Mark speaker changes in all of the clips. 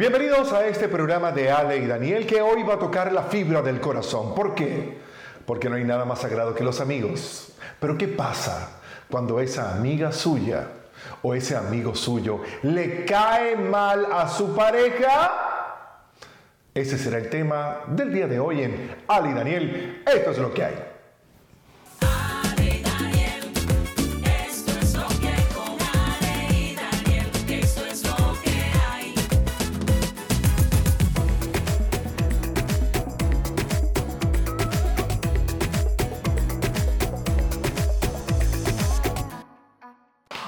Speaker 1: Bienvenidos a este programa de Ale y Daniel que hoy va a tocar la fibra del corazón. ¿Por qué? Porque no hay nada más sagrado que los amigos. Pero ¿qué pasa cuando esa amiga suya o ese amigo suyo le cae mal a su pareja? Ese será el tema del día de hoy en Ale y Daniel. Esto es lo que hay.
Speaker 2: Ale y Daniel, esto es lo que hay con Ale y Daniel, esto es lo que hay.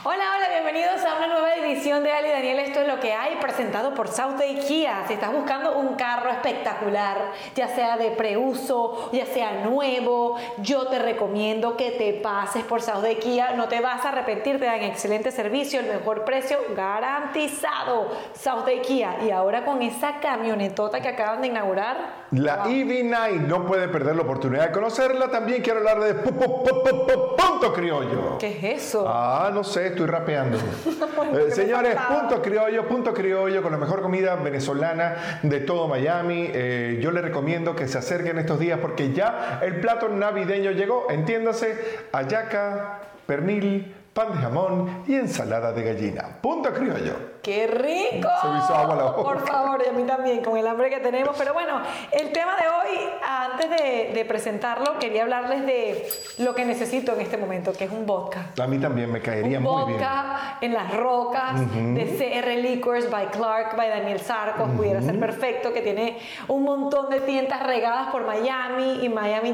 Speaker 3: Hola, hola, bienvenidos a una nueva edición de Ali Daniel. Esto es lo que hay, presentado por Southday Kia. Si estás buscando un carro espectacular, ya sea de preuso, ya sea nuevo, yo te recomiendo que te pases por Southday Kia. No te vas a arrepentir, te dan excelente servicio, el mejor precio garantizado. Southday Kia. Y ahora con esa camionetota que acaban de inaugurar.
Speaker 1: La EV9 no puede perder la oportunidad de conocerla. También quiero hablar de pu- pu- pu- pu- pu- Punto Criollo.
Speaker 3: ¿Qué es eso?
Speaker 1: Ah, no sé, estoy rapeando.
Speaker 3: Bueno,
Speaker 1: Eh,
Speaker 3: que me
Speaker 1: señores,
Speaker 3: faltaba.
Speaker 1: punto criollo, punto criollo, con la mejor comida venezolana de todo Miami. Eh, yo les recomiendo que se acerquen estos días porque ya el plato navideño llegó. Entiéndase, ayaca, pernil, pan de jamón y ensalada de gallina. Punto criollo.
Speaker 3: ¡Qué rico!
Speaker 1: Se me hizo agua la boca.
Speaker 3: Por favor, y a mí también, con el hambre que tenemos. Pero bueno, el tema de hoy, antes de, de presentarlo, quería hablarles de lo que necesito en este momento, que es un vodka.
Speaker 1: A mí también me caería
Speaker 3: Un
Speaker 1: muy bien.
Speaker 3: vodka en las rocas de CR Liquors by Clark, by Daniel Sarcos, pudiera ser perfecto, que tiene un montón de tiendas regadas por Miami y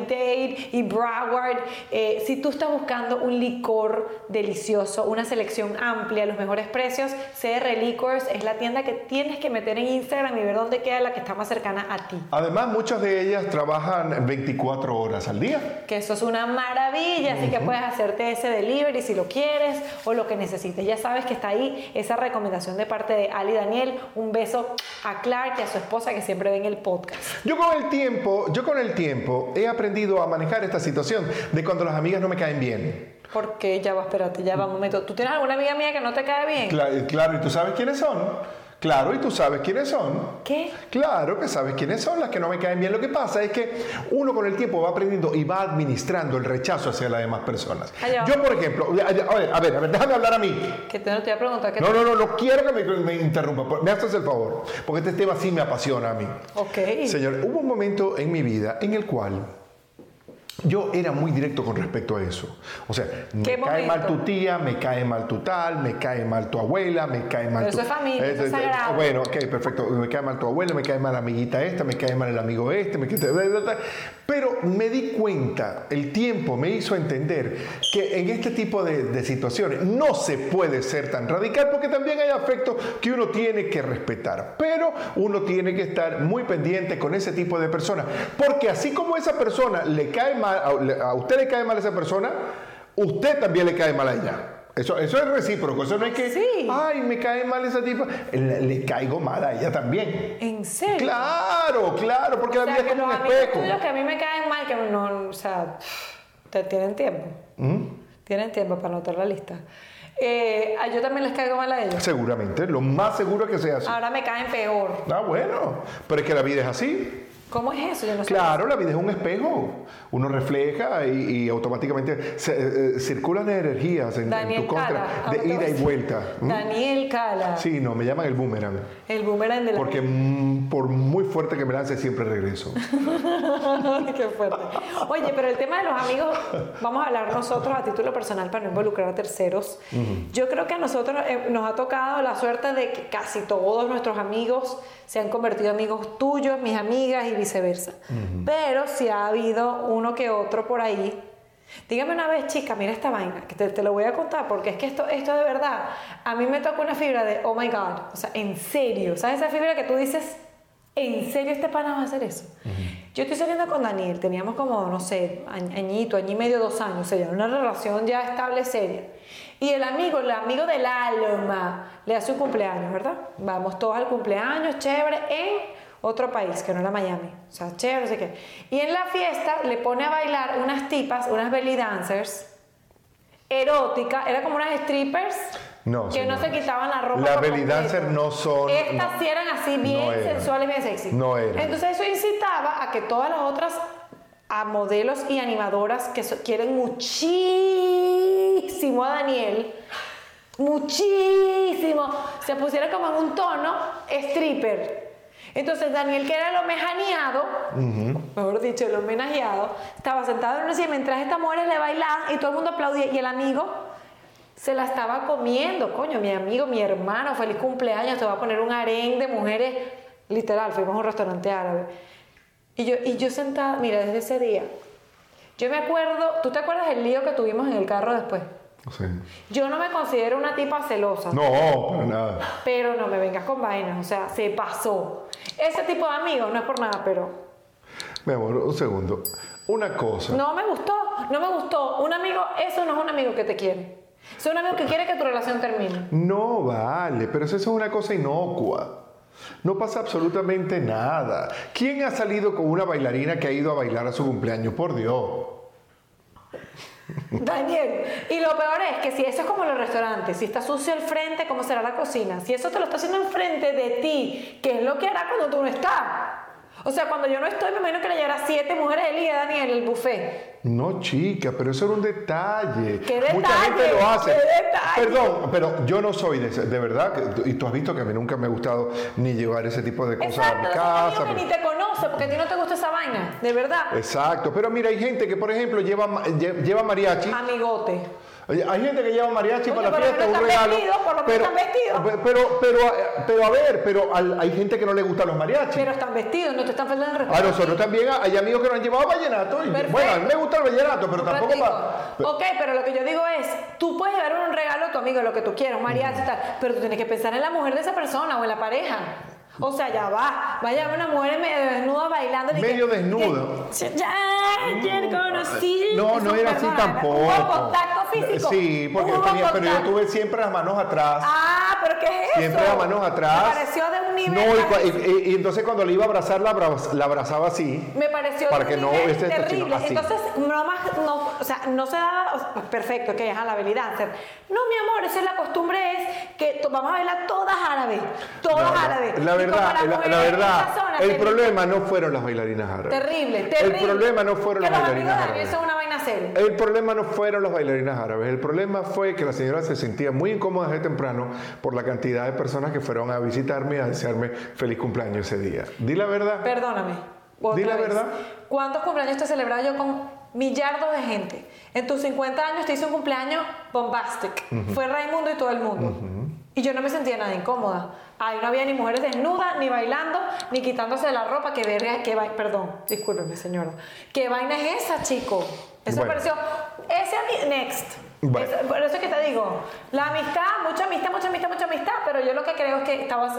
Speaker 3: Miami-Dade y Broward. Eh, si tú estás buscando un licor delicioso, una selección amplia, los mejores precios, CR Liquors es la tienda que tienes que meter en Instagram y ver dónde queda la que está más cercana a ti.
Speaker 1: Además, muchas de ellas trabajan 24 horas al día.
Speaker 3: que eso es una maravilla, así que puedes hacerte ese delivery si lo quieres o lo que necesites. Ya sabes que está ahí esa recomendación de parte de Ali Daniel. Un beso a Clark y a su esposa que siempre ven el podcast.
Speaker 1: Yo con el tiempo, yo con el tiempo he aprendido a manejar esta situación de cuando las amigas no me caen bien.
Speaker 3: Porque ya va, espérate, ya va un momento. ¿Tú tienes alguna amiga mía que no te cae bien?
Speaker 1: Cla- eh, claro, y tú sabes quiénes son. Claro, y tú sabes quiénes son.
Speaker 3: ¿Qué?
Speaker 1: Claro que sabes quiénes son las que no me caen bien. Lo que pasa es que uno con el tiempo va aprendiendo y va administrando el rechazo hacia las demás personas.
Speaker 3: Allá va.
Speaker 1: Yo, por ejemplo, a ver, a ver, a ver, déjame hablar a mí.
Speaker 3: Que te, no te voy a preguntar qué
Speaker 1: No, no, no, no quiero que me, me interrumpa. por- Me haces el favor, porque este tema sí me apasiona a mí.
Speaker 3: Ok.
Speaker 1: Señor, hubo un momento en mi vida en el cual yo era muy directo con respecto a eso. O sea, me
Speaker 3: ¿Qué
Speaker 1: cae mal
Speaker 3: momento?
Speaker 1: tu tía, me cae mal tu tal, me cae mal tu abuela, me cae mal
Speaker 3: Pero
Speaker 1: tu...
Speaker 3: eso es familia, eso es sagrado.
Speaker 1: Bueno, ok, perfecto. Me cae mal tu abuela, me cae mal la amiguita esta, me cae mal el amigo este, me cae... bla, bla, bla. Pero me di cuenta, el tiempo me hizo entender que en este tipo de, de situaciones no se puede ser tan radical porque también hay afectos que uno tiene que respetar. Pero uno tiene que estar muy pendiente con ese tipo de personas. Porque así como esa persona le cae mal, a- le- a usted le cae mal a esa persona, usted también le cae mal a ella. Eso, eso es recíproco, eso no es que, "Ah,
Speaker 3: Sí.
Speaker 1: ay, me cae mal esa tipa, Eh, le, le caigo mal a ella también.
Speaker 3: ¿En serio?
Speaker 1: Claro, claro, porque
Speaker 3: O
Speaker 1: la
Speaker 3: sea,
Speaker 1: vida es
Speaker 3: que
Speaker 1: como un
Speaker 3: los amigos
Speaker 1: espejo.
Speaker 3: tuyos que a mí me caen mal, que no, o sea, te tienen tiempo. Tienen tiempo para anotar la lista. Eh, a yo también les caigo mal a ellos.
Speaker 1: Seguramente, lo más seguro es que sea así.
Speaker 3: Ahora me caen peor.
Speaker 1: Ah, bueno, pero es que la vida es así.
Speaker 3: ¿Cómo es eso? Yo no sé.
Speaker 1: Claro, la vida es un espejo. Uno refleja y, y automáticamente se- eh, circulan energías en, en
Speaker 3: Daniel
Speaker 1: tu contra
Speaker 3: Cala.
Speaker 1: de
Speaker 3: ahora te
Speaker 1: ida y
Speaker 3: voy a
Speaker 1: vuelta.
Speaker 3: decir.
Speaker 1: ¿Mm?
Speaker 3: Daniel Cala.
Speaker 1: Sí, no, me llaman el boomerang.
Speaker 3: El boomerang de la
Speaker 1: Porque mm, por muy fuerte que me lance, siempre regreso.
Speaker 3: Qué fuerte. Oye, pero el tema de los amigos, vamos a hablar nosotros a título personal para no involucrar a terceros. Yo creo que a nosotros eh, nos ha tocado la suerte de que casi todos nuestros amigos se han convertido en amigos tuyos, mis amigas y viceversa. Pero si ha habido uno que otro por ahí. Dígame una vez, chica, mira esta vaina, que te, te lo voy a contar, porque es que esto, esto de verdad, a mí me toca una fibra de, oh my God, o sea, en serio, ¿sabes esa fibra que tú dices? ¿En serio este pana va a hacer eso? Yo estoy saliendo con Daniel, teníamos como, no sé, a- añito, año y medio, dos años, sería una relación ya estable, seria. Y el amigo, el amigo del alma, le hace un cumpleaños, ¿verdad? Vamos todos al cumpleaños, chévere, en otro país, que no era Miami. O sea, chévere, no sé qué. Y en la fiesta le pone a bailar unas tipas, unas belly dancers, erótica, era como unas strippers
Speaker 1: No,
Speaker 3: que no
Speaker 1: señora.
Speaker 3: se quitaban la ropa.
Speaker 1: Las
Speaker 3: por
Speaker 1: belly dancer
Speaker 3: completo.
Speaker 1: no son-
Speaker 3: Estas
Speaker 1: no.
Speaker 3: sí eran así bien
Speaker 1: No eran.
Speaker 3: sensuales, bien sexy.
Speaker 1: No eran.
Speaker 3: Entonces eso incitaba a que todas las otras a modelos y animadoras que so- quieren muchísimo a Daniel, muchísimo, se pusieran como en un tono stripper. Entonces Daniel, que era el homenajeado, mejor dicho, el homenajeado, estaba sentado en una silla mientras estas mujeres le bailaban y todo el mundo aplaudía y el amigo se la estaba comiendo, coño, mi amigo, mi hermano, feliz cumpleaños, te voy a poner un harén de mujeres, literal, fuimos a un restaurante árabe. Y yo, y yo sentada, mira, desde ese día, yo me acuerdo, ¿tú te acuerdas del lío que tuvimos en el carro después?
Speaker 1: O sea,
Speaker 3: Yo no me considero una tipa celosa,
Speaker 1: no, para nada.
Speaker 3: pero no me vengas con vainas, o sea, se pasó. Ese tipo de amigos, no es por nada, pero
Speaker 1: Mi amor, un segundo. Una cosa.
Speaker 3: no me gustó, no me gustó. Un amigo, eso no es un amigo que te quiere. Es un amigo que quiere que tu relación termine.
Speaker 1: No vale, pero eso es una cosa inocua. No pasa absolutamente nada. ¿Quién ha salido con una bailarina que ha ido a bailar a su cumpleaños? Por Dios.
Speaker 3: Daniel, y lo peor es que si eso es como los restaurantes, si está sucio el frente, ¿cómo será la cocina? Si eso te lo está haciendo enfrente de ti, ¿qué es lo que hará cuando tú no estás? O sea, cuando yo no estoy, me imagino que le llevará siete mujeres del día, Daniel, el buffet.
Speaker 1: No, chica, pero eso era un detalle.
Speaker 3: ¿Qué
Speaker 1: Mucha
Speaker 3: detalle?
Speaker 1: gente lo hace.
Speaker 3: ¿Qué detalle?
Speaker 1: Perdón, pero yo no soy de, ese- de verdad, que- y tú has visto que a mí nunca me ha gustado ni llevar ese tipo de cosas a mi
Speaker 3: Exacto,
Speaker 1: casa.
Speaker 3: es un amigo que ni te conoce porque a ti no te gusta esa vaina, de verdad.
Speaker 1: Exacto, pero mira, hay gente que, por ejemplo, lleva, ma- lle- lleva mariachi.
Speaker 3: Amigote.
Speaker 1: Oye, Hay gente que lleva mariachi
Speaker 3: Coño,
Speaker 1: para la
Speaker 3: por lo
Speaker 1: fiesta,
Speaker 3: menos
Speaker 1: un
Speaker 3: están
Speaker 1: regalo.
Speaker 3: vestidos, por lo menos
Speaker 1: pero,
Speaker 3: están vestidos.
Speaker 1: pero, pero, eh, pero a ver, pero al- hay gente que no le gustan los mariachis.
Speaker 3: Pero están vestidos, no te están faltando el respeto.
Speaker 1: a nosotros también hay amigos que nos han llevado vallenato. Y,
Speaker 3: Perfecto.
Speaker 1: bueno, a mí me gusta el vallenato, pero
Speaker 3: Un
Speaker 1: tampoco
Speaker 3: ratico.
Speaker 1: para.
Speaker 3: Ok, pero lo que yo digo es, tú puedes llevar un regalo a tu amigo, lo que tú quieras, un mariachi y tal, pero tú tienes que pensar en la mujer de esa persona o en la pareja. O sea, ya va, va a llevar una mujer medio desnuda bailando. y
Speaker 1: Medio
Speaker 3: que-
Speaker 1: desnuda.
Speaker 3: que- Ya, ayer conocí.
Speaker 1: Eh, No,
Speaker 3: que
Speaker 1: no
Speaker 3: son
Speaker 1: era así
Speaker 3: personas. Hubo
Speaker 1: tampoco.
Speaker 3: contacto físico.
Speaker 1: Sí, porque yo
Speaker 3: Hubo
Speaker 1: tenía, pero yo
Speaker 3: contacto.
Speaker 1: tuve siempre las manos atrás.
Speaker 3: Ah, pero ¿qué es eso?
Speaker 1: Siempre las manos atrás.
Speaker 3: Me pareció de un nivel.
Speaker 1: No, y cua- y, y- y entonces cuando le iba a abrazar, la, abra- la abrazaba así.
Speaker 3: me pareció
Speaker 1: Para
Speaker 3: de
Speaker 1: que
Speaker 3: un
Speaker 1: no
Speaker 3: nivel
Speaker 1: hubiese esto, sino
Speaker 3: terrible.
Speaker 1: así.
Speaker 3: Entonces, no más, no, o sea, no se da, o sea, perfecto, que es a la belly dancer. No, mi amor, esa es la costumbre, es que to- vamos a bailar todas árabes, todas
Speaker 1: No, no.
Speaker 3: árabes.
Speaker 1: La
Speaker 3: Y como
Speaker 1: verdad,
Speaker 3: las
Speaker 1: la, la
Speaker 3: mujeres en
Speaker 1: verdad,
Speaker 3: esa zona
Speaker 1: el
Speaker 3: tienen-
Speaker 1: problema no fueron las bailarinas árabes.
Speaker 3: Terrible, terrible.
Speaker 1: El problema no fueron
Speaker 3: que
Speaker 1: las
Speaker 3: los amigos de
Speaker 1: bailarinas
Speaker 3: Daniel
Speaker 1: árabes.
Speaker 3: son una vaina seria.
Speaker 1: El problema no fueron los bailarinas árabes, el problema fue que la señora se sentía muy incómoda desde temprano por la cantidad de personas que fueron a visitarme y a desearme feliz cumpleaños ese día. Di la verdad.
Speaker 3: Perdóname.
Speaker 1: Di la verdad.
Speaker 3: ¿Cuántos cumpleaños te he celebrado yo con millardos de gente? En tus 50 años te hice un cumpleaños bombastic. Fue Raimundo y todo el mundo. Y yo no me sentía nada incómoda. Ahí no había ni mujeres desnudas, ni bailando, ni quitándose la ropa. Que verga, que va... Perdón, discúlpeme, señora. ¿Qué vaina es esa, chico? Eso me
Speaker 1: Bueno.
Speaker 3: pareció... Ese ami- next.
Speaker 1: Bueno.
Speaker 3: Eso- por eso es que te digo, la amistad, mucha amistad, mucha amistad, mucha amistad, pero yo lo que creo es que estabas...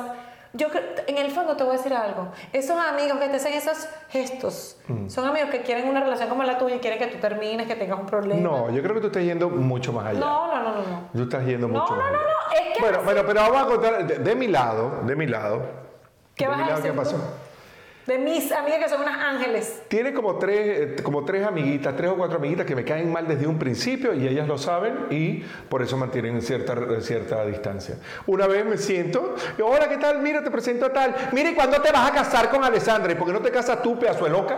Speaker 3: Yo cre- en el fondo te voy a decir algo. Esos amigos que te hacen esos gestos
Speaker 1: Mm.
Speaker 3: son amigos que quieren una relación como la tuya y quieren que tú termines, que tengas un problema.
Speaker 1: No, yo creo que tú estás yendo mucho más allá.
Speaker 3: no, no, no, no. no.
Speaker 1: Tú estás yendo
Speaker 3: No,
Speaker 1: mucho
Speaker 3: no,
Speaker 1: más
Speaker 3: no,
Speaker 1: allá.
Speaker 3: no, es que
Speaker 1: Bueno,
Speaker 3: así-
Speaker 1: bueno, pero vamos a contar de, de mi lado, de mi lado.
Speaker 3: ¿Qué
Speaker 1: de
Speaker 3: vas
Speaker 1: mi
Speaker 3: a
Speaker 1: lado,
Speaker 3: decir
Speaker 1: ¿Qué
Speaker 3: tú?
Speaker 1: pasó?
Speaker 3: De mis amigas que son unas ángeles.
Speaker 1: Tiene como tres, eh, como tres amiguitas, tres o cuatro amiguitas que me caen mal desde un principio y ellas lo saben y por eso mantienen cierta, cierta distancia. Una vez me siento, y, hola, ¿qué tal? Mira, te presento a tal. Mira, ¿y cuándo te vas a casar con Alessandra? ¿Y por qué no te casas tú, pedazo de loca?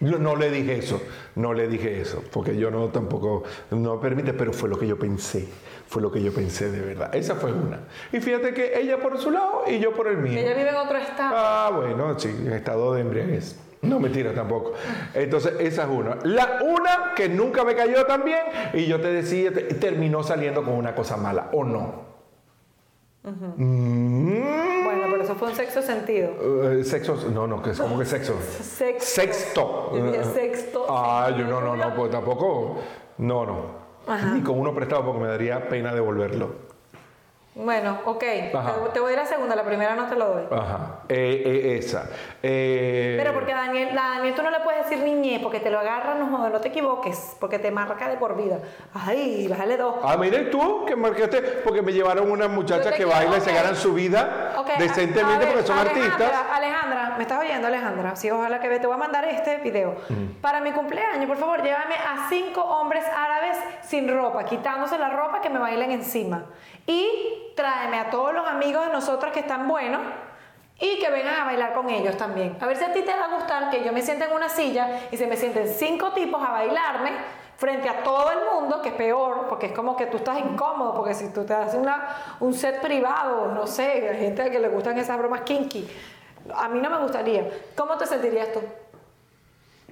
Speaker 1: No, no le dije eso, no le dije eso, porque yo no tampoco, no me permite, pero fue lo que yo pensé, fue lo que yo pensé de verdad. Esa fue una. Y fíjate que ella por su lado y yo por el mío.
Speaker 3: Que ella vive en otro estado.
Speaker 1: Ah, bueno, sí, en estado de embriaguez. No mentira tampoco. Entonces, esa es una. La una que nunca me cayó tan bien y yo te decía, te- terminó saliendo con una cosa mala, ¿o no? Mm,
Speaker 3: Bueno, pero eso fue un sexo sentido.
Speaker 1: eh, sexo, no, no, que es como que sexo.
Speaker 3: Sexto.
Speaker 1: Sexto.
Speaker 3: Yo dije sexto.
Speaker 1: Ah, yo no, no, no, pues tampoco, no, no.
Speaker 3: Ajá.
Speaker 1: Ni con uno prestado porque me daría pena devolverlo.
Speaker 3: Bueno, ok. Te,
Speaker 4: Ajá.
Speaker 3: te voy a ir a segunda, la primera no te la doy.
Speaker 4: Ajá. Eh, eh, esa. Eh,
Speaker 3: Pero porque a Daniel, a Daniel tú no le puedes decir niñez, porque te lo agarran, no jodas, no te equivoques, porque te marca de por vida. Ay, bájale dos.
Speaker 4: Ah, mire tú que marcaste, porque me llevaron unas muchachas
Speaker 3: te
Speaker 4: que bailan y se
Speaker 3: equivocas.
Speaker 4: ganan su vida
Speaker 3: Ok, a- a
Speaker 4: decentemente
Speaker 3: ver, ah,
Speaker 4: porque son
Speaker 3: Alejandra,
Speaker 4: artistas.
Speaker 3: Alejandra, me estás oyendo, Alejandra. Sí, ojalá que ve- te voy a mandar este video. Para mi cumpleaños, por favor, llévame a cinco hombres árabes sin ropa, quitándose la ropa que me bailen encima. Y tráeme a todos los amigos de nosotros que están buenos. Y que vengan a bailar con ellos también. A ver si a ti te va a gustar que yo me siente en una silla y se me sienten cinco tipos a bailarme frente a todo el mundo, que es peor, porque es como que tú estás incómodo, porque si tú te haces una, un set privado, no sé, hay gente que le gustan esas bromas kinky. A mí no me gustaría. ¿Cómo te sentirías tú?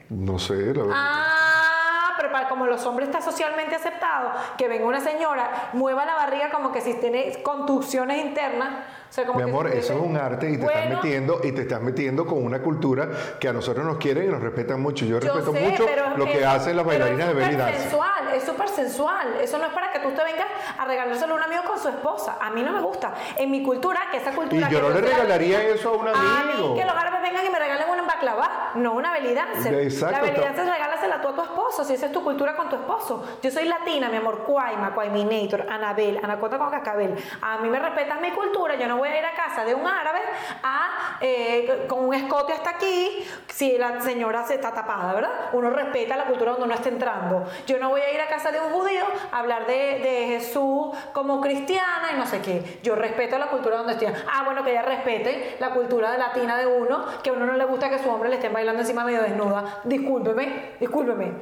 Speaker 1: No sé, la verdad.
Speaker 3: Ah, pero para, como los hombres está socialmente aceptado, que venga una señora, mueva la barriga como que si tiene contusiones internas. O sea, como
Speaker 1: Mi
Speaker 3: que
Speaker 1: amor,
Speaker 3: si
Speaker 1: eso es
Speaker 3: tuviese-
Speaker 1: un arte y te estás
Speaker 3: Bueno,
Speaker 1: metiendo y te estás metiendo con una cultura que a nosotros nos quieren y nos respetan mucho. Yo,
Speaker 3: Yo
Speaker 1: respeto
Speaker 3: sé,
Speaker 1: mucho
Speaker 3: pero
Speaker 1: lo que
Speaker 3: es-
Speaker 1: hacen las
Speaker 3: pero
Speaker 1: bailarinas de belly
Speaker 3: Es
Speaker 1: dance.
Speaker 3: súper sensual, es súper sensual. Eso no es para que tú te vengas a regalárselo a un amigo con su esposa. A mí no me gusta. En mi cultura, que esa cultura.
Speaker 1: Y yo
Speaker 3: que
Speaker 1: no le
Speaker 3: se la-
Speaker 1: regalaría eso a un
Speaker 3: A
Speaker 1: amigo.
Speaker 3: mí que los árabes vengan y me regalen una baklava, no una belly dancer.
Speaker 1: Exacto,
Speaker 3: La belly
Speaker 1: to-
Speaker 3: dancer regálasela tú a tu esposo, si esa es tu cultura con tu esposo. Yo soy latina, mi amor, Cuaima, Cuaiminator, Anabel, Anacota con Cascabel. A mí me respetas mi cultura, yo no voy a ir a casa de un árabe a, eh, con un escote hasta aquí si la señora se está tapada, ¿verdad? Uno respeta la cultura donde uno está entrando. Yo no voy a ir a casa de un judío a hablar de, de Jesús como cristiana y no sé qué. Yo respeto la cultura donde estoy. Ah, bueno, que ya respeten la cultura latina de uno, que a uno no le gusta que su hombre le estén bailando encima medio desnuda. Discúlpeme, discúlpeme,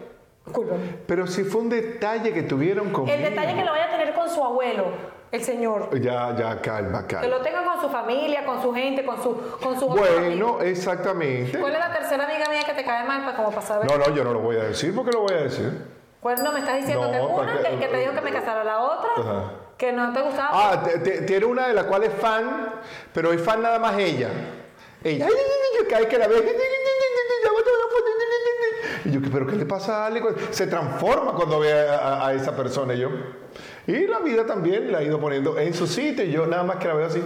Speaker 3: discúlpeme.
Speaker 1: Pero si fue un detalle que tuvieron conmigo.
Speaker 3: El detalle que lo vaya a tener con su abuelo, el señor.
Speaker 1: Ya, ya, calma,
Speaker 3: Que
Speaker 1: calma.
Speaker 3: lo tenga con su familia, con su gente, con su... Con su
Speaker 1: Bueno, exactamente.
Speaker 3: ¿Cuál es la tercera amiga mía que te cae mal para como para saber?
Speaker 1: No, no, yo no lo voy a decir porque lo voy a decir.
Speaker 3: ¿Cuál no me estás diciendo
Speaker 1: No,
Speaker 3: que una,
Speaker 1: para
Speaker 3: que,
Speaker 1: que-
Speaker 3: el que te dijo que me casara la otra,
Speaker 1: Ajá.
Speaker 3: que no te gustaba?
Speaker 1: Ah, te- te- tiene una de la cual es fan, pero es fan nada más ella. Ella, ay, ay, ay, yo cada vez que la veo, ay, ay, ay, ay, ya voy a tomar una foto, ay, ay, ay. Y yo, ¿pero qué le pasa a Ale? Se transforma cuando ve a, a- a esa persona y yo. Y la vida también la ha ido poniendo en su sitio y yo nada más que la veo así.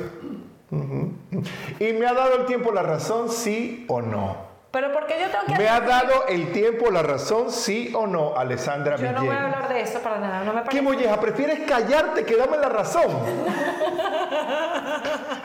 Speaker 1: Ujú. Y me ha dado el tiempo la razón, sí o no.
Speaker 3: Pero porque yo tengo que
Speaker 1: Me ha dado el tiempo la razón, sí o no, Alessandra
Speaker 3: Yo no voy a
Speaker 1: Millén.
Speaker 3: hablar de eso para nada, no me
Speaker 1: ¿Qué
Speaker 3: parece.
Speaker 1: molleja? ¿Prefieres callarte que darme la razón?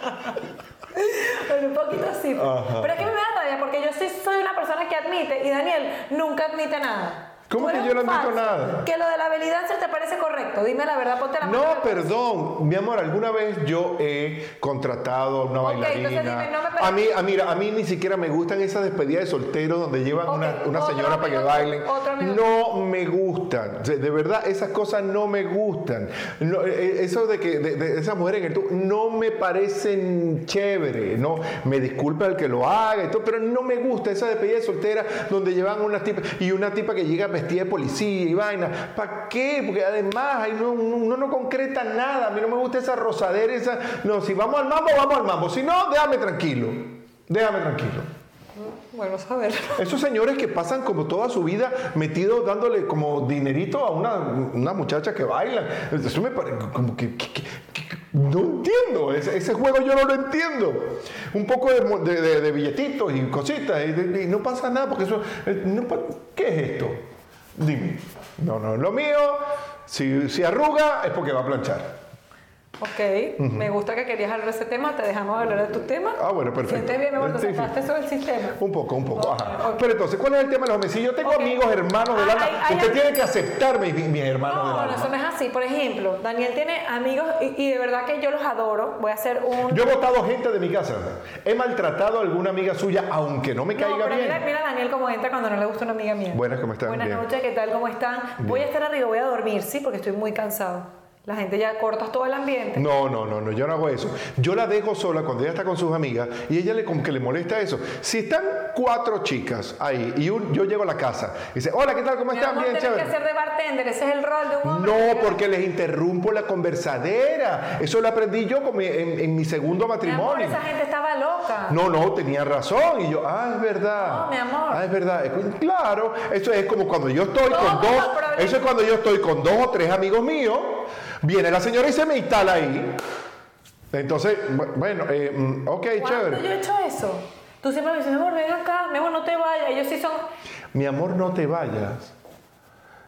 Speaker 3: Pero un poquito así. pues.
Speaker 1: Ajá.
Speaker 3: Pero es que me da rabia porque yo sí soy una persona que admite y Daniel nunca admite nada.
Speaker 1: ¿Cómo
Speaker 3: Tú
Speaker 1: que
Speaker 3: eres
Speaker 1: yo no
Speaker 3: un
Speaker 1: admito
Speaker 3: falso.
Speaker 1: nada?
Speaker 3: Que lo de la habilidad se te parece correcto. Dime la verdad, ponte la mano.
Speaker 1: No, perdón, mi amor, alguna vez yo he contratado a una
Speaker 3: Ok,
Speaker 1: bailarina.
Speaker 3: entonces dime, no me parece-
Speaker 1: a mí, a, mira, a mí ni siquiera me gustan esas despedidas de solteros donde llevan
Speaker 3: Ok,
Speaker 1: una, una
Speaker 3: otro
Speaker 1: señora para que
Speaker 3: amigo-
Speaker 1: bailen.
Speaker 3: otro amigo-
Speaker 1: No me gustan, de, de verdad esas cosas no me gustan. No, eh, eso de que de, de esas mujeres en el tú no me parecen chévere, no. Me disculpa el que lo haga y todo, pero no me gusta esa despedida de soltera donde llevan una tipa y una tipa que llega vestida de policía y vaina. ¿Para qué? Porque además ahí no, no, no, no concreta nada. A mí no me gusta esa rosadera, esa. No, si vamos al mambo, vamos al mambo. Si no, déjame tranquilo. Déjame tranquilo.
Speaker 3: Bueno, saber.
Speaker 1: Esos señores que pasan como toda su vida metidos dándole como dinerito a una, una muchacha que baila. Eso me parece como que... que- que- que- no entiendo, ese, ese juego yo no lo entiendo. Un poco de, mo- de- de- de billetitos y cositas y, de- y no pasa nada porque eso... eh, no pa- ¿Qué es esto? Dime. No, no, lo mío, si, si arruga es porque va a planchar.
Speaker 3: Ok, me gusta que querías hablar de ese tema, te dejamos hablar de tu tema.
Speaker 1: Ah, bueno, perfecto.
Speaker 3: Sientes bien, amor, te
Speaker 1: Sí, sí.
Speaker 3: zafaste sobre el sistema.
Speaker 1: Un poco, un poco. Ajá.
Speaker 3: Ok.
Speaker 1: Pero entonces, ¿cuál es el tema de los hombres? Si yo tengo
Speaker 3: Ok.
Speaker 1: amigos, hermanos del
Speaker 3: Ah,
Speaker 1: alma,
Speaker 3: hay- hay
Speaker 1: usted
Speaker 3: am-
Speaker 1: tiene que aceptar mis, mis hermanos del
Speaker 3: No,
Speaker 1: alma.
Speaker 3: no, eso no es así. Por ejemplo, Daniel tiene amigos y, y de verdad que yo los adoro. Voy a hacer un.
Speaker 1: Yo he votado gente de mi casa. He maltratado a alguna amiga suya, aunque no me
Speaker 3: No,
Speaker 1: caiga
Speaker 3: pero
Speaker 1: bien.
Speaker 3: Mira, mira a Daniel cómo entra cuando no le gusta una amiga mía.
Speaker 1: Buenas, ¿cómo están?
Speaker 3: Buenas
Speaker 1: Bien.
Speaker 3: noches, ¿qué tal? ¿Cómo están? Voy a estar arriba, voy a dormir, sí, porque estoy muy cansado. La gente ya cortas todo el ambiente.
Speaker 1: No, no, no, no, yo no hago eso. Yo la dejo sola cuando ella está con sus amigas y ella le, como que le molesta eso. Si están cuatro chicas ahí y un- yo llego a la casa y dice, hola, ¿qué tal? ¿Cómo
Speaker 3: Mi
Speaker 1: están?
Speaker 3: amor,
Speaker 1: Bien,
Speaker 3: tienes que
Speaker 1: chévere.
Speaker 3: ser de bartender, ese es el rol de un hombre.
Speaker 1: No, porque les interrumpo la conversadera. Eso lo aprendí yo con mi- en, en mi segundo
Speaker 3: Mi amor,
Speaker 1: matrimonio.
Speaker 3: esa gente estaba loca.
Speaker 1: No, no, tenía razón. Y yo, ah, es verdad.
Speaker 3: No, mi amor.
Speaker 1: Ah, es verdad. Es cu- Claro, eso es como cuando yo estoy
Speaker 3: Todos
Speaker 1: con dos.
Speaker 3: los problemas.
Speaker 1: Eso es cuando yo estoy con dos o tres amigos míos. Viene la señora y se me instala ahí. Entonces, bu- bueno, eh, mm, ok,
Speaker 3: ¿Cuándo yo
Speaker 1: chévere.
Speaker 3: he hecho eso? Tú siempre me dices, mi amor, ven acá, mi amor, no te vayas. Ellos sí son.
Speaker 1: Mi amor, no te vayas.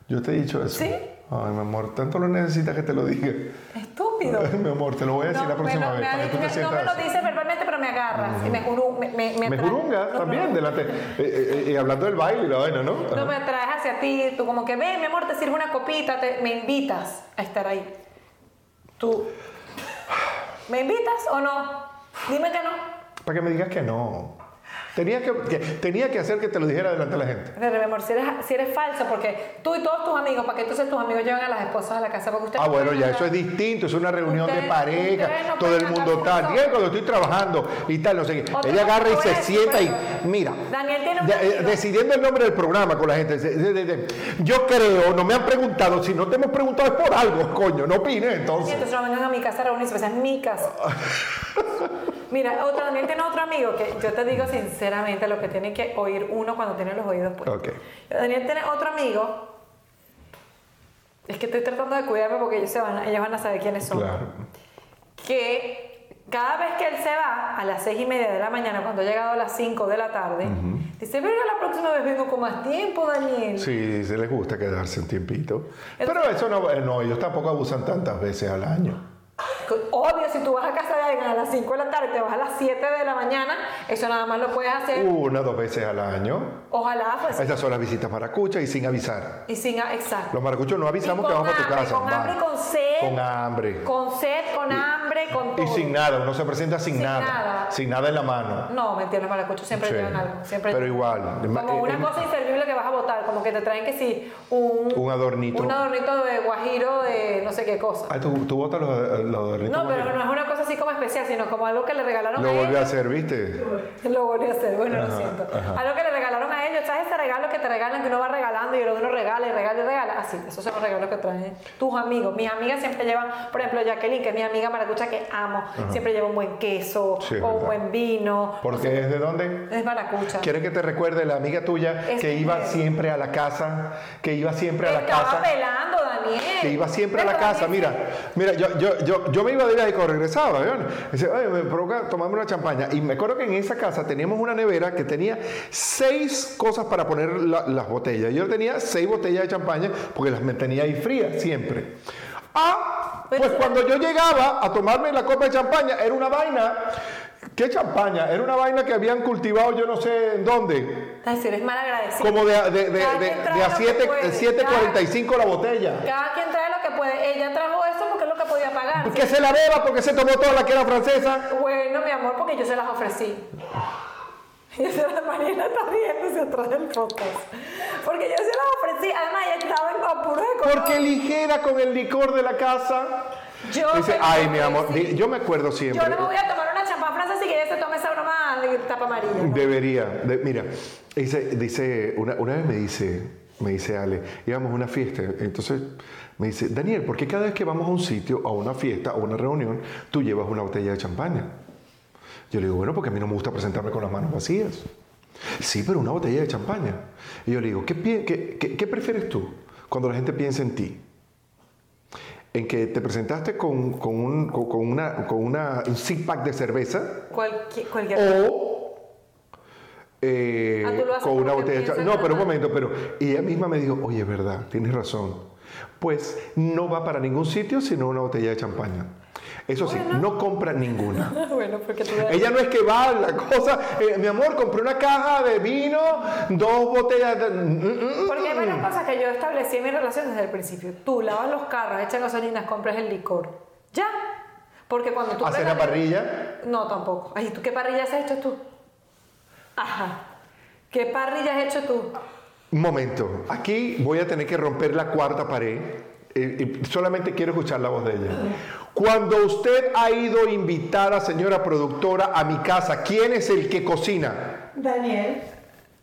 Speaker 1: Yo te he dicho eso.
Speaker 3: ¿Sí?
Speaker 1: Ay, mi amor, tanto lo necesitas que te lo diga.
Speaker 3: Estúpido.
Speaker 1: mi amor, te lo voy a decir
Speaker 3: No,
Speaker 1: la próxima
Speaker 3: bueno,
Speaker 1: vez.
Speaker 3: me ha
Speaker 1: para que
Speaker 3: dicho-
Speaker 1: tú te
Speaker 3: no- no me lo
Speaker 1: sientas así. Mm.
Speaker 3: dices verbalmente, pero me agarras. y me, juru, me, me, me
Speaker 1: Me
Speaker 3: atraes.
Speaker 1: jurungas
Speaker 3: No,
Speaker 1: también,
Speaker 3: no,
Speaker 1: delante. eh, eh, eh, hablando del baile y la vaina, ¿no?
Speaker 3: No, me atraes hacia ti, tú como que ven, mi amor, te sirvo una copita, te- me invitas a estar ahí. Tú. ¿Me invitas o no? Dime que no.
Speaker 1: Para que me digas que no. Tenía que, que- tenía que hacer que te lo dijera delante de la gente.
Speaker 3: Pero, mi amor, si eres, si eres falsa, porque tú y todos tus amigos, ¿para qué entonces tus amigos llevan a las esposas a la casa? Porque ustedes
Speaker 1: Ah, bueno, ya eso es
Speaker 3: distinto.
Speaker 1: distinto, es una reunión de
Speaker 3: Ustedes- ustedes
Speaker 1: pareja,
Speaker 3: no
Speaker 1: todo el
Speaker 3: pueden
Speaker 1: mundo
Speaker 3: andar
Speaker 1: tal.
Speaker 3: juntos.
Speaker 1: Diga cuando estoy trabajando y tal, no sé qué.
Speaker 3: Otro
Speaker 1: Ella agarra y
Speaker 3: no
Speaker 1: se
Speaker 3: es,
Speaker 1: sienta y
Speaker 3: pero-
Speaker 1: mira.
Speaker 3: Daniel tiene un
Speaker 1: de- eh,
Speaker 3: amigo.
Speaker 1: decidiendo el nombre del programa con la gente. de- de- de- de- Yo creo, no me han preguntado, si no te hemos preguntado es por algo, coño, no opines
Speaker 3: Y
Speaker 1: entonces.
Speaker 3: entonces no vengan a mi casa a reunirse, esa es mi casa. Mira, otro, también tiene otro amigo que yo te digo sinceramente lo que tiene que oír uno cuando tiene los oídos puestos.
Speaker 1: Ok.
Speaker 3: Daniel tiene otro amigo. Es que estoy tratando de cuidarme porque ellos, se van, a- ellos van a saber quiénes son.
Speaker 1: Claro.
Speaker 3: Que cada vez que él se va a las seis y media de la mañana, cuando ha llegado a las 5 de la tarde, dice: Pero la próxima vez vengo con más tiempo, Daniel.
Speaker 1: Sí, se les gusta quedarse un tiempito.
Speaker 3: El-
Speaker 1: Pero eso no, eh, no, ellos tampoco abusan tantas veces al año.
Speaker 3: Obvio, si tú vas a casa de alguien a las 5 de la tarde, te vas a las 7 de la mañana, eso nada más lo puedes hacer.
Speaker 1: Una, dos veces al año.
Speaker 3: Ojalá, pues.
Speaker 1: Esas son las visitas maracuchas y sin avisar.
Speaker 3: Y sin. a- Exacto.
Speaker 1: Los maracuchos no avisamos
Speaker 3: Y
Speaker 1: que
Speaker 3: con
Speaker 1: vamos para tu
Speaker 3: hambre,
Speaker 1: casa.
Speaker 3: Con hambre,
Speaker 1: va.
Speaker 3: y con sed.
Speaker 1: Con hambre.
Speaker 3: Con sed, con hambre, con todo.
Speaker 1: Y sin nada, uno se presenta sin,
Speaker 3: Sin
Speaker 1: nada,
Speaker 3: nada.
Speaker 1: Sin nada en la mano.
Speaker 3: No, mentira, los maracuchos siempre
Speaker 1: Sí.
Speaker 3: llevan algo. Siempre
Speaker 1: Pero
Speaker 3: llevan.
Speaker 1: igual.
Speaker 3: Como
Speaker 1: eh,
Speaker 3: una
Speaker 1: eh,
Speaker 3: cosa inservible que vas a botar, como que te traen que sí, un.
Speaker 1: Un adornito.
Speaker 3: Un adornito de guajiro de no sé qué cosa.
Speaker 1: Ah, tú, tú botas los, los adornitos.
Speaker 3: No, pero no es una cosa así como especial, sino como algo que le regalaron
Speaker 1: Lo
Speaker 3: a
Speaker 1: volví
Speaker 3: ellos.
Speaker 1: a hacer, ¿viste?
Speaker 3: Lo volví a hacer, bueno, lo
Speaker 1: Ajá,
Speaker 3: siento.
Speaker 1: ajá.
Speaker 3: Algo que le regalaron a ellos, ¿sabes ese regalo que te regalan, que uno va regalando y luego uno regala y regala y regala? Así, esos son los regalos que traen tus amigos. Mis amigas siempre llevan, por ejemplo, Jacqueline, que es mi amiga maracucha que amo, siempre lleva un buen queso
Speaker 1: Sí, es
Speaker 3: o un
Speaker 1: verdad.
Speaker 3: buen vino.
Speaker 1: Porque es de dónde.
Speaker 3: Es maracucha.
Speaker 1: ¿Quieres que te recuerde la amiga tuya
Speaker 3: Es
Speaker 1: que iba
Speaker 3: mujer.
Speaker 1: siempre a la casa? Que iba siempre a la
Speaker 3: Estaba
Speaker 1: casa.
Speaker 3: pelando, Daniel.
Speaker 1: que iba siempre a la
Speaker 3: Pero
Speaker 1: casa.
Speaker 3: Daniel-
Speaker 1: Mira, mira, yo, yo, yo, yo me iba de viaje cuando regresaba, ¿vieron? Dice, oye, me provoca tomarme una champaña. Y me acuerdo que en esa casa teníamos una nevera que tenía seis cosas para poner la- las botellas. Yo tenía seis botellas de champaña porque las mantenía ahí frías siempre. Ah,
Speaker 3: Pero
Speaker 1: pues
Speaker 3: eso-
Speaker 1: cuando yo llegaba a tomarme la copa de champaña, era una vaina. ¿Qué champaña? Era una vaina que habían cultivado yo no sé en dónde.
Speaker 3: Ay, si eres mal agradecido.
Speaker 1: Como de, a- de, de,
Speaker 3: Cada
Speaker 1: de-
Speaker 3: quien trae
Speaker 1: de a
Speaker 3: lo que
Speaker 1: siete-
Speaker 3: puede,
Speaker 1: 7.45 la botella.
Speaker 3: Cada quien trae lo que puede. Ella trajo eso porque es lo que podía pagar.
Speaker 1: Que se la beba porque se tomó toda la que era francesa.
Speaker 3: Bueno, mi amor, porque yo se las ofrecí. Y esa la Mariela está riéndose atrás del podcast. Porque yo se las ofrecí. Además, ella estaba en apuros
Speaker 1: Porque
Speaker 3: Oh.
Speaker 1: ligera con el licor de la casa.
Speaker 3: Yo
Speaker 1: Dice,
Speaker 3: se las
Speaker 1: ay, mi amor,
Speaker 3: ofrecí.
Speaker 1: di- yo me acuerdo siempre.
Speaker 3: Yo no me voy a tomar una champán francesa si que ella se tome esa broma de tapa amarilla. ¿no?
Speaker 1: Debería. de- mira, dice, dice una, una vez me dice, me dice Ale, íbamos a una fiesta. Entonces me dice, Daniel, ¿por qué cada vez que vamos a un sitio, a una fiesta, a una reunión, tú llevas una botella de champaña? Yo le digo, bueno, porque a mí no me gusta presentarme con las manos vacías. Sí, pero una botella de champaña. Y yo le digo, ¿qué, pi- qué- qué- qué prefieres tú cuando la gente piensa en ti? ¿En que te presentaste con, con un, con, con una, con una- un six pack de cerveza?
Speaker 3: Cualquier, cualquier
Speaker 1: o eh,
Speaker 3: Ah, tú lo haces
Speaker 1: con una
Speaker 3: porque
Speaker 1: botella de
Speaker 3: piensas
Speaker 1: cha-
Speaker 3: que
Speaker 1: No,
Speaker 3: no
Speaker 1: pero un
Speaker 3: va.
Speaker 1: momento, pero y ella misma me dijo, oye, es verdad, tienes razón. Pues no va para ningún sitio sino una botella de champaña. Eso sí, no compra ninguna.
Speaker 3: bueno, porque tú eres-
Speaker 1: Oh. Ella no es que va a la cosa, eh, mi amor, compré una caja de vino, dos botellas de... mm, mm, mm.
Speaker 3: Porque hay varias cosas que yo establecí en mi relación desde el principio. Tú lavas los carros, echas gasolinas, compras el licor. Ya. Porque cuando tú.
Speaker 1: Hacer la
Speaker 3: regalas-
Speaker 1: parrilla.
Speaker 3: No, tampoco. Ay, ¿tú qué parrillas has hecho tú? Ajá. ¿Qué parrillas has hecho tú?
Speaker 1: Un momento, aquí voy a tener que romper la cuarta pared. eh, y solamente quiero escuchar la voz de ella. Cuando usted ha ido a invitar a señora productora a mi casa, ¿quién es el que cocina?
Speaker 3: Daniel.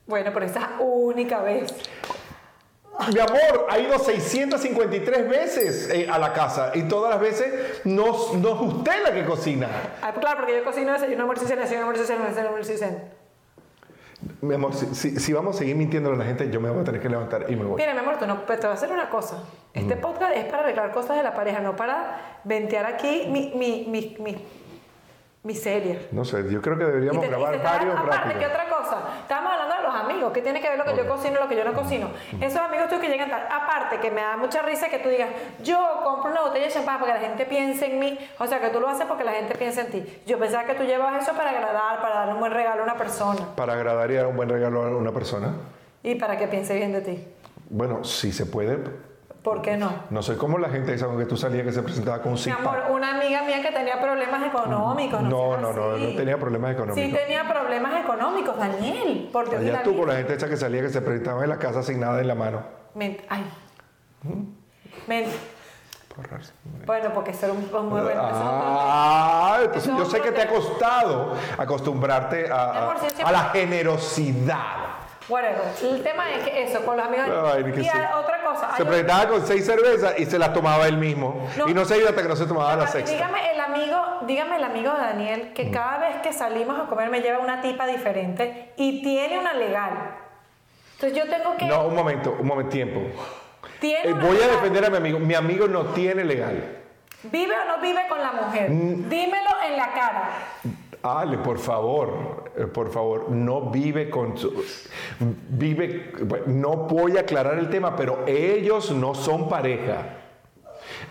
Speaker 3: Bueno, pero esa es única vez.
Speaker 1: Mi amor, ha ido 653 veces eh, a la casa y todas las veces no, no es usted la que cocina.
Speaker 3: Ah, claro, porque yo cocino desayuno, almuerzo y cena, desayuno, almuerzo y cena, desayuno, almuerzo y cena.
Speaker 1: Mi amor, si, si- si vamos a seguir mintiendo a la gente, yo me voy a tener que levantar y me voy.
Speaker 3: Mira, mi amor, tú no, pero te voy a hacer una cosa. Este podcast es para arreglar cosas de la pareja, no para ventear aquí mi, mi, mi- mi- Miseria.
Speaker 1: No sé, yo creo que
Speaker 3: Y
Speaker 1: deberíamos
Speaker 3: te- y
Speaker 1: grabar
Speaker 3: te-
Speaker 1: varios
Speaker 3: Aparte, ¿qué
Speaker 1: rápido.
Speaker 3: otra cosa? Estábamos hablando de los amigos. ¿Qué tiene que ver lo que yo cocino, lo que yo no cocino? Esos amigos tuyos que llegan tal. Aparte, que me da mucha risa que tú digas, yo compro una botella de champán para que la gente piense en mí. O sea, que tú lo haces porque la gente piensa en ti. Yo pensaba que tú llevas eso para agradar, para darle un buen regalo a una persona
Speaker 1: Para agradar y dar un buen regalo a una persona.
Speaker 3: y para que piense bien de ti.
Speaker 1: Bueno, si se puede.
Speaker 3: ¿Por qué no?
Speaker 1: No soy como la gente esa con que tú salías que se presentaba con un
Speaker 3: Mi
Speaker 1: six
Speaker 3: amor, una amiga mía que tenía problemas económicos.
Speaker 1: No,
Speaker 3: seas
Speaker 1: no, no,
Speaker 3: así.
Speaker 1: no tenía problemas
Speaker 3: Sí
Speaker 1: económicos.
Speaker 3: tenía problemas económicos, Daniel. Por Dios, y
Speaker 1: Allá
Speaker 3: la
Speaker 1: tú
Speaker 3: vida.
Speaker 1: con la gente esa que salía que se presentaba en la casa sin nada en la mano.
Speaker 3: Ment- Ay.
Speaker 1: ¿Mm?
Speaker 3: Ment-
Speaker 1: Porras.
Speaker 3: Bueno, porque ser un, un muy buen
Speaker 1: Ah, entonces
Speaker 3: Eso
Speaker 1: yo
Speaker 3: es
Speaker 1: sé que te ha
Speaker 3: otro
Speaker 1: costado acostumbrarte a,
Speaker 3: Mi amor, si
Speaker 1: a-
Speaker 3: yo siempre-
Speaker 1: a la generosidad.
Speaker 3: Whatever. El tema es que eso, con los amigos.
Speaker 1: Ay, ni que
Speaker 3: y
Speaker 1: se-
Speaker 3: a- otra cosa.
Speaker 1: Se
Speaker 3: hay-
Speaker 1: presentaba con seis cervezas y se las tomaba él mismo.
Speaker 3: No.
Speaker 1: Y no se iba hasta que no se tomaba la
Speaker 3: Ay,
Speaker 1: sexta.
Speaker 3: Dígame el amigo, dígame el amigo de Daniel
Speaker 1: Mm.
Speaker 3: que cada vez que salimos a comer me lleva una tipa diferente y tiene una legal. Entonces yo tengo que.
Speaker 1: No, un momento, un momento, tiempo.
Speaker 3: tiene
Speaker 1: Eh,
Speaker 3: una
Speaker 1: voy a
Speaker 3: legal.
Speaker 1: defender a mi amigo. Mi amigo no tiene legal.
Speaker 3: ¿Vive o no vive con la mujer?
Speaker 1: Mm.
Speaker 3: Dímelo en la cara.
Speaker 1: Ale, por favor, eh, por favor, no vive con su... Vive... bueno, No voy a aclarar el tema, pero ellos no son pareja.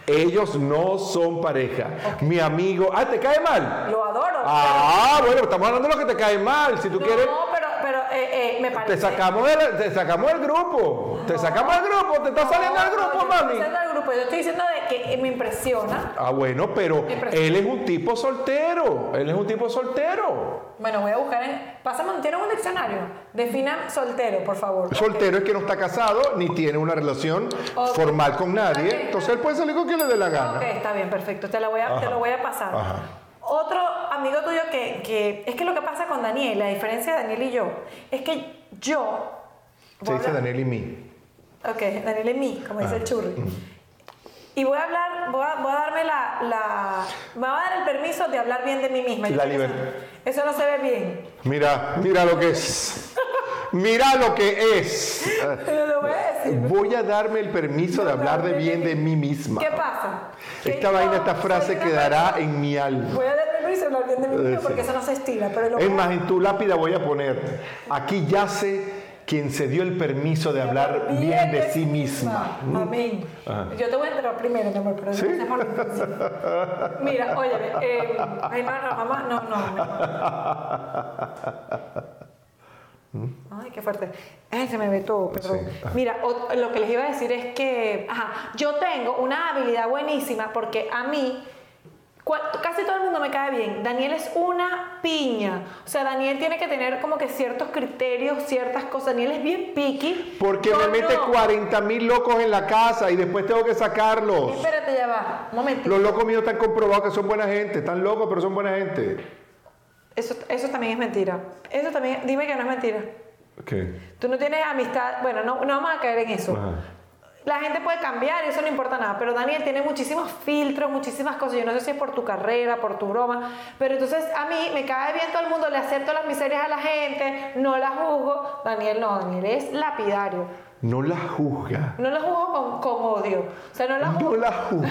Speaker 1: Ellos no son pareja. Mi amigo... Ah, ¿te cae mal?
Speaker 3: Lo adoro.
Speaker 1: Ah, bueno, estamos hablando de lo que te cae mal. Si tú
Speaker 3: pero- no,
Speaker 1: quieres...
Speaker 3: pero, pero eh, eh, me parece.
Speaker 1: Te sacamos, del, te sacamos del grupo. Te sacamos del grupo. Te está saliendo del
Speaker 3: No, no,
Speaker 1: grupo,
Speaker 3: yo no estoy
Speaker 1: mami.
Speaker 3: saliendo del grupo. Yo estoy diciendo de que eh, me impresiona.
Speaker 1: Ah, bueno, pero
Speaker 3: Impresionante.
Speaker 1: él es un tipo soltero. Él es un tipo soltero.
Speaker 3: Bueno, voy a buscar en. Pásame, ¿tienen un diccionario? Defina soltero, por favor.
Speaker 1: Soltero es que no está casado ni tiene una relación
Speaker 3: Ok.
Speaker 1: formal con nadie.
Speaker 3: Ok.
Speaker 1: Entonces él puede salir con quien le dé la
Speaker 3: Ok,
Speaker 1: gana.
Speaker 3: está bien, perfecto. Te, la voy a, te
Speaker 1: Ajá.
Speaker 3: lo voy a pasar.
Speaker 1: Ajá.
Speaker 3: Otro amigo tuyo que, que. Es que lo que pasa con Daniel, la diferencia de Daniel y yo, es que yo.
Speaker 1: Se
Speaker 3: voy a
Speaker 1: dice
Speaker 3: hablar-
Speaker 1: Daniel y mí.
Speaker 3: Ok, Daniel es mí, como dice el churri. Y voy a hablar, voy a, voy a darme la, la- Me va a dar el permiso de hablar bien de mí misma. Yo
Speaker 1: La
Speaker 3: sé que eso-
Speaker 1: libertad.
Speaker 3: Eso no se ve bien.
Speaker 1: Mira, mira lo que es. Mira lo que es.
Speaker 3: Pero lo voy a decir.
Speaker 1: Voy a darme el permiso de
Speaker 3: No,
Speaker 1: hablar de
Speaker 3: no, no,
Speaker 1: bien
Speaker 3: no.
Speaker 1: de mí misma.
Speaker 3: ¿Qué pasa? Que
Speaker 1: Esta
Speaker 3: yo
Speaker 1: vaina, esta
Speaker 3: soy
Speaker 1: frase
Speaker 3: una
Speaker 1: quedará
Speaker 3: persona-
Speaker 1: en mi alma.
Speaker 3: Voy a darme permiso de hablar bien de mí
Speaker 1: Eh,
Speaker 3: mismo
Speaker 1: sí.
Speaker 3: porque eso no se estila, pero lo
Speaker 1: Es más, en tu lápida voy a poner, aquí yace quien se dio el permiso de hablar bien de sí misma.
Speaker 3: Amén. Yo te voy a entrar primero, mi amor, pero no seas malintencionado. Mira, oye, eh, ay, no, no, mamá, no, no. no. Ay, qué fuerte. Ay, se me ve todo, perdón.
Speaker 1: ¿Mm? Sí, ajá.
Speaker 3: Mira, ot- lo que les iba a decir es que, ajá, yo tengo una habilidad buenísima porque a mí Cua- Casi todo el mundo me cae bien. Daniel es una piña. O sea, Daniel tiene que tener como que ciertos criterios, ciertas cosas. Daniel es bien picky.
Speaker 1: Porque
Speaker 3: Yo
Speaker 1: me mete
Speaker 3: no.
Speaker 1: 40 mil locos en la casa y después tengo que sacarlos.
Speaker 3: Espérate, ya va. Un momentito.
Speaker 1: Los locos míos están comprobados que son buena gente, están locos pero son buena gente.
Speaker 3: Eso, eso también es mentira. Eso también, dime que no es mentira.
Speaker 1: ¿Qué?
Speaker 3: Tú no tienes amistad. Bueno, no, no vamos a caer en eso.
Speaker 1: Ajá.
Speaker 3: La gente puede cambiar, eso no importa nada, pero Daniel tiene muchísimos filtros, muchísimas cosas. Yo no sé si es por tu carrera, por tu broma, pero entonces a mí me cae bien todo el mundo, le acepto las miserias a la gente, no las juzgo. Daniel no, Daniel es lapidario.
Speaker 1: No la juzga.
Speaker 3: No las juzgo con, con odio. O sea, no las juzgo.
Speaker 1: No la juzga.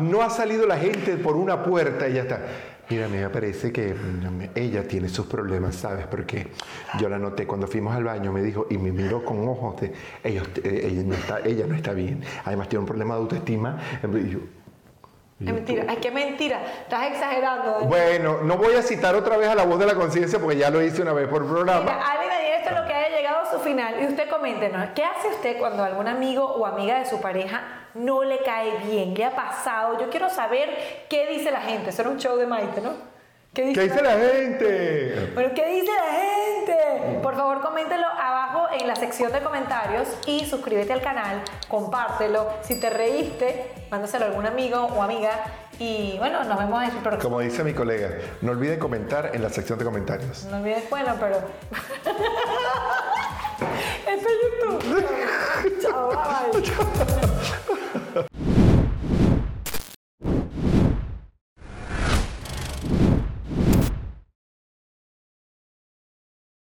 Speaker 1: No ha salido la gente por una puerta y ya está. Mira, me parece que mm, ella tiene sus problemas, ¿sabes? Porque yo la noté cuando fuimos al baño, me dijo y me miró con ojos de, ellos, eh, ella, no está, ella no está bien. Además tiene un problema de autoestima. Y yo- y
Speaker 3: Es
Speaker 1: yo,
Speaker 3: mentira, es que es mentira, estás exagerando. Daniel.
Speaker 1: Bueno, no voy a citar otra vez a la voz de la conciencia porque ya lo hice una vez por programa.
Speaker 3: Mira, Ale Daniel, esto es lo que haya llegado a su final. Y usted coméntenos, ¿qué hace usted cuando algún amigo o amiga de su pareja no le cae bien? ¿Le ha pasado? Yo quiero saber qué dice la gente. Eso era un show de Maite, ¿no? ¿Qué dice,
Speaker 1: ¿Qué dice la gente?
Speaker 3: Bueno, ¿qué dice la gente? Por favor, coméntelo abajo en la sección de comentarios y suscríbete al canal, compártelo. Si te reíste, mándaselo a algún amigo o amiga. Y bueno, nos vemos en el próximo.
Speaker 1: Como dice mi colega, no olviden comentar en la sección de comentarios.
Speaker 3: Pues No olvides, bueno, pero. Esto es YouTube. Chao, bye. bye.